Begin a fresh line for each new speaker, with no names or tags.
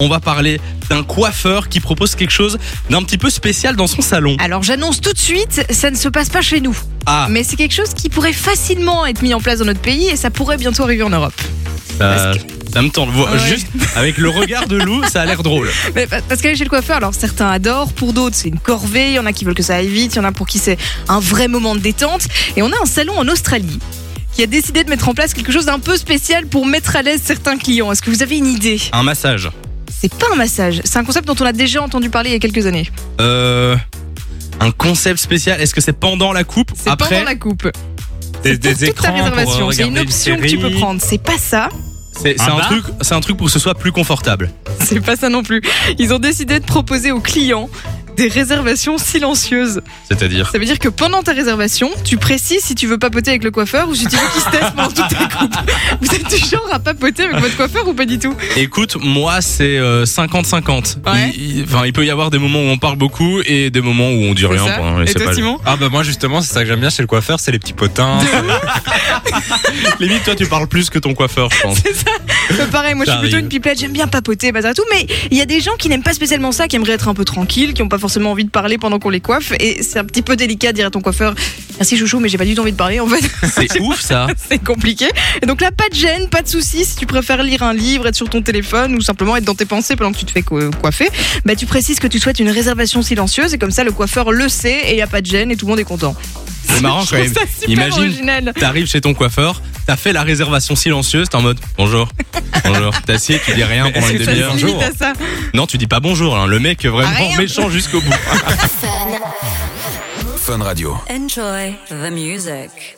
On va parler d'un coiffeur qui propose quelque chose d'un petit peu spécial dans son salon.
Alors j'annonce tout de suite, ça ne se passe pas chez nous.
Ah,
Mais c'est quelque chose qui pourrait facilement être mis en place dans notre pays et ça pourrait bientôt arriver en Europe.
ça, bah, ça me tente. Vo-
Ouais.
Juste avec le regard de Lou, ça a l'air drôle.
Mais pa- parce qu'aller chez le coiffeur, alors certains adorent, pour d'autres c'est une corvée, il y en a qui veulent que ça aille vite, il y en a pour qui c'est un vrai moment de détente. Et on a un salon en Australie qui a décidé de mettre en place quelque chose d'un peu spécial pour mettre à l'aise certains clients. Est-ce que vous avez une idée
Un massage.
C'est pas un massage, c'est un concept dont on a déjà entendu parler il y a quelques années.
Euh, un concept spécial. Est-ce que c'est pendant la coupe
C'est
Après,
pendant la coupe.
des,
Pour
des
toute ta
écrans pour, euh,
réservation, c'est une
regarder
option que tu peux
série
prendre. C'est pas ça.
C'est c'est
Un
un,
bar
truc, c'est un truc pour que ce soit plus confortable.
C'est pas ça non plus. Ils ont décidé de proposer aux clients des réservations silencieuses.
C'est-à-dire.
Ça veut dire que pendant ta réservation, tu précises si tu veux papoter avec le coiffeur ou si tu veux qu'il se teste pendant toute ta coupe. Vous êtes du genre à papoter avec votre coiffeur ou pas du tout
Écoute, moi, c'est euh, 50-50.
Ouais.
Il, il- enfin, il peut y avoir des moments où on parle beaucoup et des moments où on dit
C'est
rien.
ça.
bon,
Et
c'est
toi,
pas-
Simon
Ah bah moi justement c'est ça que j'aime bien chez le coiffeur, c'est les petits potins.
Limite, toi, tu parles plus que ton coiffeur, je pense.
C'est ça. Euh, Pareil, moi je suis
Ça
plutôt
arrive.
une pipelette, j'aime bien papoter, bazar et tout, mais il y a des gens qui n'aiment pas spécialement ça, qui aimeraient être un peu tranquilles, qui n'ont pas forcément envie de parler pendant qu'on les coiffe, et c'est un petit peu délicat de dire à ton coiffeur Merci chouchou, mais j'ai pas du tout envie de parler en fait.
C'est ouf ça.
c'est compliqué. Et donc là, pas de gêne, pas de soucis. Si tu préfères lire un livre, être sur ton téléphone ou simplement être dans tes pensées pendant que tu te fais co- coiffer, bah tu précises que tu souhaites une réservation silencieuse et comme ça le coiffeur le sait et il y a pas de gêne et tout le monde est content.
C'est marrant
Je
quand
trouve
même.
ça super
Imagine-
original.
T'arrives chez ton coiffeur, t'as fait la réservation silencieuse, t'es en mode bonjour, bonjour. T'as assis, tu dis rien pendant
est-ce
une
que
Ça
demi-heure.
se
Bonjour.
limite à ça.
Non, tu dis pas bonjour. hein. Le mec est vraiment
Ah, rien.
méchant jusqu'au bout.
Enjoy the music.